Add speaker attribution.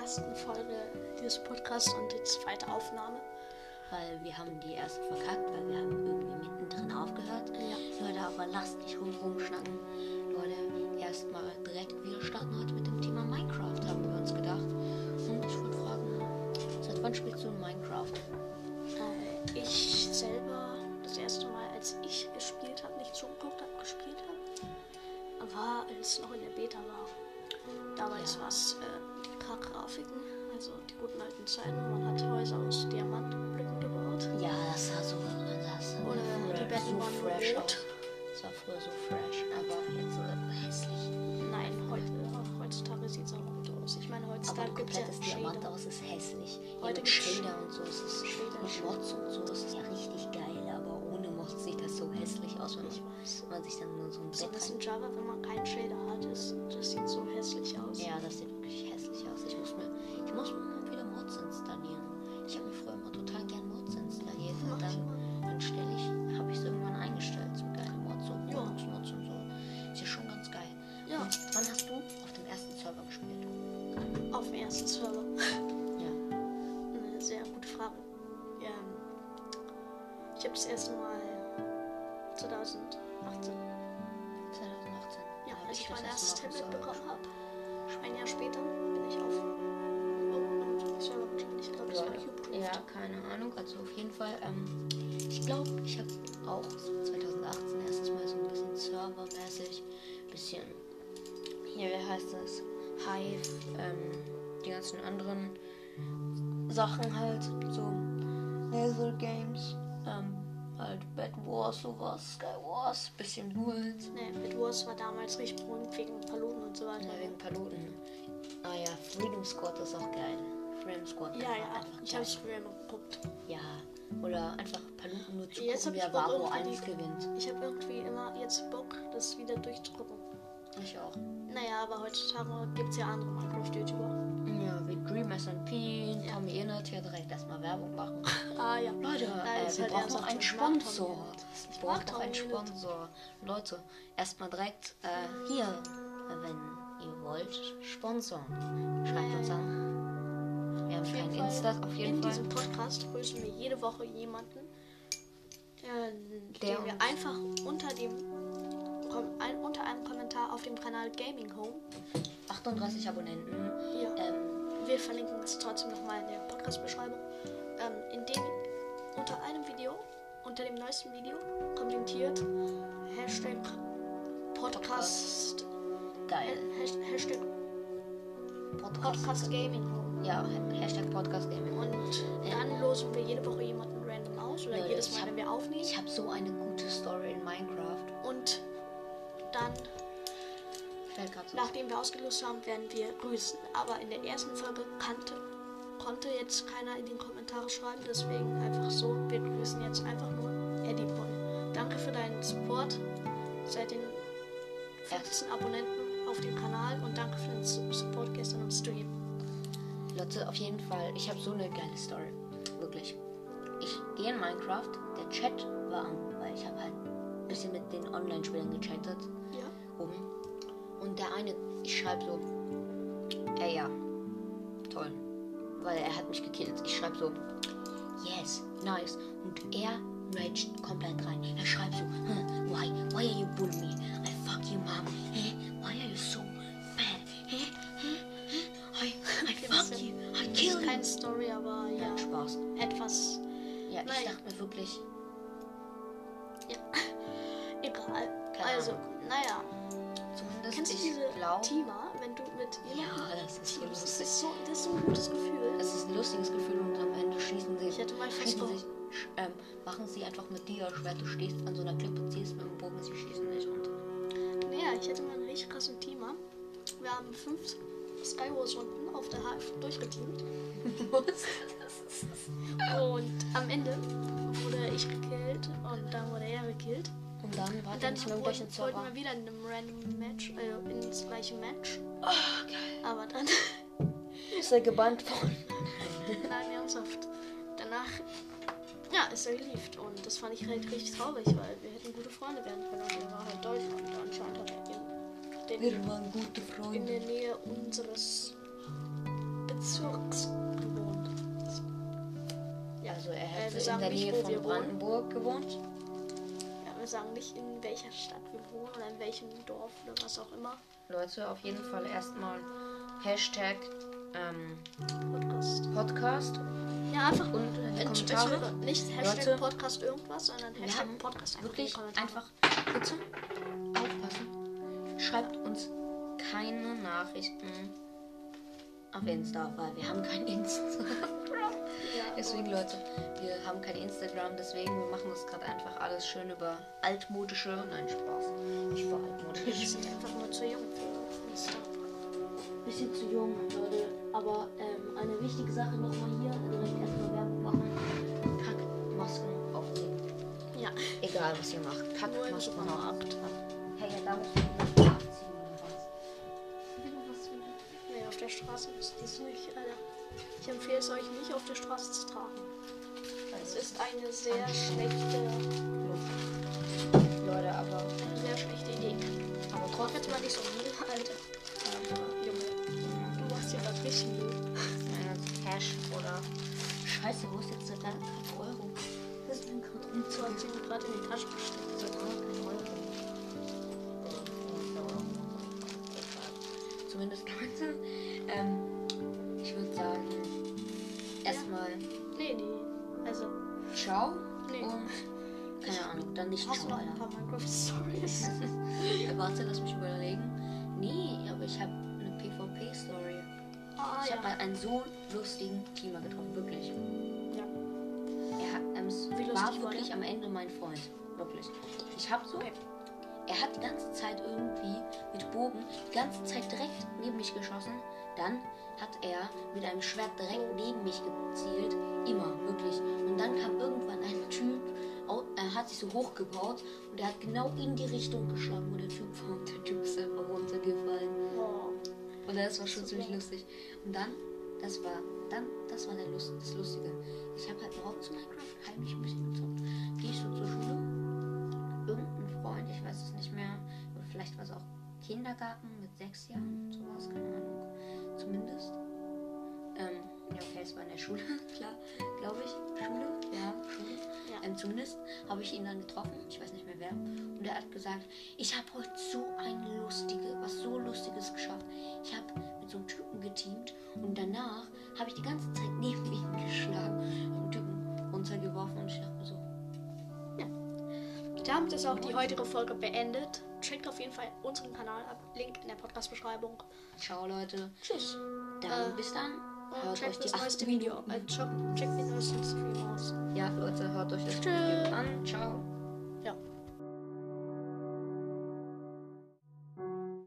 Speaker 1: ersten Folge dieses Podcasts und die zweite Aufnahme.
Speaker 2: Weil wir haben die erste verkackt, weil wir haben irgendwie mittendrin aufgehört.
Speaker 1: Ja.
Speaker 2: Leute, aber lasst nicht rum rumschnacken. Leute, erstmal direkt, wir starten heute mit dem Thema Minecraft, haben wir uns gedacht. Und ich wollte fragen, seit wann spielst du Minecraft?
Speaker 1: Äh, ich selber, das erste Mal, als ich gespielt habe, nicht zugeguckt habe, gespielt habe, war, als es noch in der Beta war. Damals
Speaker 2: Ja.
Speaker 1: war es äh, die K-Grafiken, also die guten alten Zeiten. Man hat Häuser aus Diamantblöcken gebaut.
Speaker 2: Ja, das sah so das sah
Speaker 1: Oder
Speaker 2: früher
Speaker 1: die Betten
Speaker 2: so
Speaker 1: waren
Speaker 2: fresh
Speaker 1: rot.
Speaker 2: aus. Das war früher so fresh, aber jetzt so hässlich.
Speaker 1: Nein, heute, heutzutage sieht es auch gut aus. Ich meine,
Speaker 2: Aber
Speaker 1: heutzutage
Speaker 2: ein
Speaker 1: gibt es
Speaker 2: komplettes
Speaker 1: ja
Speaker 2: Diamant
Speaker 1: Shader.
Speaker 2: aus ist hässlich.
Speaker 1: Heute
Speaker 2: Heute mit
Speaker 1: gibt's
Speaker 2: Schilder und so ist es
Speaker 1: Schilder.
Speaker 2: mit Mods und so ist es ja richtig geil, aber ohne Mods sieht das so hässlich aus, wenn
Speaker 1: Mhm. Ich weiß.
Speaker 2: wenn man sich dann nur so ein Bett
Speaker 1: Besonders
Speaker 2: rein...
Speaker 1: in Java, wenn man keinen Shader hat, ist, das sieht so hässlich aus.
Speaker 2: Ja, das sieht wirklich hässlich aus. Ich muss mir, ich muss mir mal wieder Mods installieren. Ich habe mir früher immer total gern Mods installiert.
Speaker 1: Mach
Speaker 2: Und
Speaker 1: ich
Speaker 2: dann,
Speaker 1: mal.
Speaker 2: dann stelle ich, habe ich es irgendwann eingestellt, so geile Mods, so
Speaker 1: Ja.
Speaker 2: Roblox-Mods und so. Ist ja schon ganz geil.
Speaker 1: Ja,
Speaker 2: Wann hast du auf dem ersten Server gespielt?
Speaker 1: auf dem ersten Server.
Speaker 2: Ja.
Speaker 1: Eine sehr gute Frage. Ähm, ich habe das erste Mal 2018,
Speaker 2: 2018.
Speaker 1: ja,
Speaker 2: Da hab
Speaker 1: als ich
Speaker 2: das
Speaker 1: mein
Speaker 2: erste Mal auf dem
Speaker 1: erstes Tablet
Speaker 2: Server
Speaker 1: bekommen habe. Ein Jahr später bin ich auf irgendeinem Server gekommen. Ich glaube, das war YouTube.
Speaker 2: Ja, keine Ahnung. Also auf jeden Fall, ähm, ich glaube, ich habe auch 2018 erstes Mal so ein bisschen servermäßig, bisschen, hier, wie heißt das? Hive, ähm, die ganzen anderen Sachen halt, so Nasal Games, ähm, halt Bad Wars, sowas, Sky Wars, bisschen Duels.
Speaker 1: Nee, Bed Wars war damals richtig berühmt wegen Paluten und so weiter.
Speaker 2: Ja, wegen Paluten. Ah ja, Freedom Squad ist auch geil. Freedom Squad
Speaker 1: Ja,
Speaker 2: war
Speaker 1: ja,
Speaker 2: einfach
Speaker 1: ich
Speaker 2: geil.
Speaker 1: habe es früher immer geguckt.
Speaker 2: Ja, oder einfach Paluten nur zu
Speaker 1: Jetzt
Speaker 2: gucken,
Speaker 1: hab ich
Speaker 2: wer
Speaker 1: Bock,
Speaker 2: Varo
Speaker 1: irgendwie-
Speaker 2: 1 gewinnt.
Speaker 1: Ich habe irgendwie immer jetzt Bock, das wieder durchzugucken.
Speaker 2: Ich auch.
Speaker 1: Naja, aber heutzutage gibt es ja andere Minecraft-YouTuber.
Speaker 2: Ja, wie Dream SMP, Tommy Innert hier direkt erstmal Werbung machen.
Speaker 1: Ah ja.
Speaker 2: Leute,
Speaker 1: Nein,
Speaker 2: äh,
Speaker 1: ist
Speaker 2: wir
Speaker 1: halt
Speaker 2: brauchen
Speaker 1: ernsthaft
Speaker 2: noch einen
Speaker 1: so. Ich mag Tommy
Speaker 2: Sponsor.
Speaker 1: Innert.
Speaker 2: Ich
Speaker 1: mag
Speaker 2: brauche noch einen
Speaker 1: Tommy Innert.
Speaker 2: Sponsor. Leute, erstmal direkt äh, hier, äh, wenn ihr wollt, sponsoren. Schreibt
Speaker 1: Ja,
Speaker 2: uns
Speaker 1: ja.
Speaker 2: an. Wir haben
Speaker 1: Auf jeden
Speaker 2: keinen
Speaker 1: Fall,
Speaker 2: Insta, auf jeden
Speaker 1: in
Speaker 2: Fall.
Speaker 1: diesem Podcast grüßen wir jede Woche jemanden, ähm,
Speaker 2: Der
Speaker 1: den wir
Speaker 2: uns-
Speaker 1: einfach unter dem kom- ein, unter einem Kommentar auf dem Kanal Gaming Home.
Speaker 2: 38 Abonnenten.
Speaker 1: Ja.
Speaker 2: Ähm,
Speaker 1: Wir verlinken es trotzdem nochmal in der Podcast-Beschreibung. Ähm, in dem unter einem Video, unter dem neuesten Video, kommentiert Hashtag Podcast,
Speaker 2: geil.
Speaker 1: Hashtag, Hashtag
Speaker 2: Podcast.
Speaker 1: Äh, Podcast Gaming Home.
Speaker 2: Ja, Hashtag Podcast Gaming.
Speaker 1: Und dann losen wir jede Woche jemanden random aus oder
Speaker 2: Leute,
Speaker 1: jedes
Speaker 2: ich
Speaker 1: Mal,
Speaker 2: hab-
Speaker 1: wenn wir aufnehmen.
Speaker 2: Ich habe so eine gute Story in Minecraft.
Speaker 1: Und dann,
Speaker 2: Fällt gerade so.
Speaker 1: nachdem wir ausgelost haben, werden wir grüßen. Aber in der ersten Folge kannte, konnte jetzt keiner in den Kommentaren schreiben. Deswegen einfach so. Wir grüßen jetzt einfach nur Eddie Boy. Danke für deinen Support seit den 15 Abonnenten auf dem Kanal und danke für den Su- Support gestern im Stream.
Speaker 2: Leute, auf jeden Fall, ich habe so eine geile Story. Wirklich. Ich gehe in Minecraft, der Chat war an, weil ich habe halt ein bisschen mit den Online-Spielern gechattet
Speaker 1: Ja.
Speaker 2: rum. Und der eine, ich schreibe so, ey ja, toll. Weil er hat mich gekillt. Ich schreibe so, yes, nice. Und er raged komplett rein. Er schreibt so, "Huh, why, why are you bullying me? I fuck you, mom. Hä? Why are you so mad? Hä? Hä? Hä? I, I fuck you. I
Speaker 1: Das
Speaker 2: kill
Speaker 1: ist
Speaker 2: you.
Speaker 1: keine Story, aber ja,
Speaker 2: Kein Spaß.
Speaker 1: etwas
Speaker 2: Ja,
Speaker 1: Nein.
Speaker 2: ich dachte mir wirklich,
Speaker 1: ja. egal.
Speaker 2: Keine
Speaker 1: also, naja.
Speaker 2: zumindest
Speaker 1: Kennst du
Speaker 2: ich
Speaker 1: diese
Speaker 2: glaube...
Speaker 1: Thema, wenn du mit jemandem
Speaker 2: Ja, Also das ist so
Speaker 1: Das
Speaker 2: lustig.
Speaker 1: ist, so, das ist so ein gutes Gefühl.
Speaker 2: Das ist ein lustiges Gefühl und am Ende schießen sie.
Speaker 1: Ich hätte mal fast
Speaker 2: schießen
Speaker 1: vor-
Speaker 2: sie sch- ähm, machen sie einfach mit dir schwer. Du stehst an so einer Klippe, ziehst mit dem Bogen, sie schießen nicht runter.
Speaker 1: Naja, ich hatte mal einen richtig krassen Teamer. Wir haben fünf Skywars-Runden auf der Half durchgeteamt.
Speaker 2: Was?
Speaker 1: Und am Ende wurde ich gekillt und dann wurde er gekillt.
Speaker 2: Und dann war
Speaker 1: Und
Speaker 2: der
Speaker 1: dann
Speaker 2: nicht mehr im
Speaker 1: wollten
Speaker 2: gleichen
Speaker 1: wollten
Speaker 2: Server.
Speaker 1: wir wieder in einem random Match, äh, ins gleiche Match.
Speaker 2: Oh, geil.
Speaker 1: Aber dann,
Speaker 2: Ist er gebannt worden?
Speaker 1: nein, ernsthaft. Danach, ja, ist er geliebt. Und das fand ich halt richtig traurig, weil wir hätten gute Freunde werden können. Und er war halt Deutschland. Und anscheinend hat er den- den
Speaker 2: Wir waren gute
Speaker 1: in
Speaker 2: Freunde.
Speaker 1: der Nähe unseres Bezirks gewohnt. Ja,
Speaker 2: Also er
Speaker 1: wir
Speaker 2: hätte in
Speaker 1: sagen
Speaker 2: der
Speaker 1: nicht,
Speaker 2: Nähe
Speaker 1: wo
Speaker 2: von
Speaker 1: wir wohnen.
Speaker 2: Brandenburg gewohnt.
Speaker 1: Ja, wir sagen nicht, in welcher Stadt wir wohnen oder in welchem Dorf oder was auch immer.
Speaker 2: Leute, auf jeden Fall erstmal Hashtag ähm,
Speaker 1: Podcast.
Speaker 2: Podcast.
Speaker 1: Ja, einfach
Speaker 2: Und in die
Speaker 1: Äh, ich
Speaker 2: Kommentare.
Speaker 1: würde nicht Hashtag
Speaker 2: Leute.
Speaker 1: Podcast irgendwas, sondern
Speaker 2: Wir
Speaker 1: Hashtag
Speaker 2: haben
Speaker 1: Podcast einfach in die
Speaker 2: Wirklich
Speaker 1: Kommentare.
Speaker 2: einfach, bitte aufpassen. Schreibt uns keine Nachrichten auf Insta, weil wir haben kein Insta.
Speaker 1: Ja,
Speaker 2: Deswegen, Leute, wir haben kein Instagram, deswegen wir machen das gerade einfach alles schön über altmodische. Nein, Spaß. Ich war
Speaker 1: wir
Speaker 2: altmodisch.
Speaker 1: sind einfach nur zu jung für Insta.
Speaker 3: Wir sind zu jung, Leute. Aber ähm, eine wichtige Sache nochmal hier, direkt erstmal Werbung machen.
Speaker 2: Pack Masken auf den.
Speaker 1: Ja,
Speaker 2: Egal, was ihr macht. Pack
Speaker 1: nur im
Speaker 2: Masken auf.
Speaker 1: Supermarkt.
Speaker 2: Hey, ja, da muss man nachziehen oder was?
Speaker 1: Nee, auf der Straße ist dies nicht, Alter. Ich empfehle es euch nicht auf der Straße zu tragen. Es ist eine sehr schlechte,
Speaker 2: Luft. Leute, aber,
Speaker 1: eine sehr schlechte Idee.
Speaker 2: aber
Speaker 1: Brauch
Speaker 2: trotzdem.
Speaker 1: jetzt mal nicht so müde, Alter.
Speaker 2: Ähm,
Speaker 1: Junge, du machst ja gerade richtig müde.
Speaker 2: äh, Cash oder. Scheiße, wo ist jetzt der 3 Euro? Das ist ein Euro.
Speaker 1: Und so hat sie mir gerade in die Tasche gesteckt.
Speaker 2: So, ah, kein Euro. Zumindest Leute. Ähm, ich würde sagen, erstmal
Speaker 1: Nee, die. Also,
Speaker 2: ciao
Speaker 1: nee.
Speaker 2: und keine Ahnung, dann nicht
Speaker 1: Hast du
Speaker 2: ciao,
Speaker 1: noch ein
Speaker 2: Alter.
Speaker 1: paar Minecraft-Stories?
Speaker 2: Äh, Warte, lass mich überlegen. Nee, aber ich habe eine PvP-Story.
Speaker 1: Ah,
Speaker 2: Ich habe
Speaker 1: ja.
Speaker 2: mal einen so lustigen Klima getroffen, wirklich.
Speaker 1: Ja.
Speaker 2: Er hat, ähm, es
Speaker 1: Wie lustig
Speaker 2: war
Speaker 1: war
Speaker 2: wirklich
Speaker 1: der?
Speaker 2: am Ende mein Freund. Wirklich. Ich habe so.
Speaker 1: Okay.
Speaker 2: Er hat die ganze Zeit irgendwie mit Bogen die ganze Zeit direkt neben mich geschossen. Dann hat er mit einem Schwert direkt neben mich gezielt. Immer, wirklich. Und dann kam irgendwann ein Typ, au- er hat sich so hochgebaut und er hat genau in die Richtung geschlagen, wo der Typ war. Und der Typ ist einfach runtergefallen.
Speaker 1: Oh.
Speaker 2: Und das war schon ziemlich
Speaker 1: Super.
Speaker 2: lustig. Und dann, das war, dann, das war der Lust, das Lustige. Ich habe halt morgens Minecraft heimlich ein bisschen gezockt. Gehe ich so zur Schule. Irgendein Freund, ich weiß es nicht mehr, oder vielleicht war es auch Kindergarten mit sechs Jahren, sowas, keine Ahnung. Zumindest. Ähm, ja, okay, es war in der Schule, klar, glaube ich. Schule, ja, Schule.
Speaker 1: Ja.
Speaker 2: Ähm, zumindest habe ich ihn dann getroffen, ich weiß nicht mehr wer. Und er hat gesagt, ich habe heute so ein lustige, was so lustiges geschafft. Ich habe mit so einem Typen geteamt und danach habe ich die ganze Zeit neben ihn geschlagen, einen Typen runtergeworfen und ich dachte mir so,
Speaker 1: Damit ist auch die heutige Folge beendet. Checkt auf jeden Fall unseren Kanal ab. Link in der Podcast-Beschreibung.
Speaker 2: ciao Leute,
Speaker 1: Tschüss.
Speaker 2: dann
Speaker 1: Äh,
Speaker 2: bis dann.
Speaker 1: Und
Speaker 2: Hört euch
Speaker 1: checkt
Speaker 2: die
Speaker 1: das neueste
Speaker 2: acht
Speaker 1: Video.
Speaker 2: Minuten.
Speaker 1: Äh, checkt checkt den neuesten Stream aus.
Speaker 2: Ja, Leute, hört euch das
Speaker 1: Tschüss.
Speaker 2: Video an. Ciao.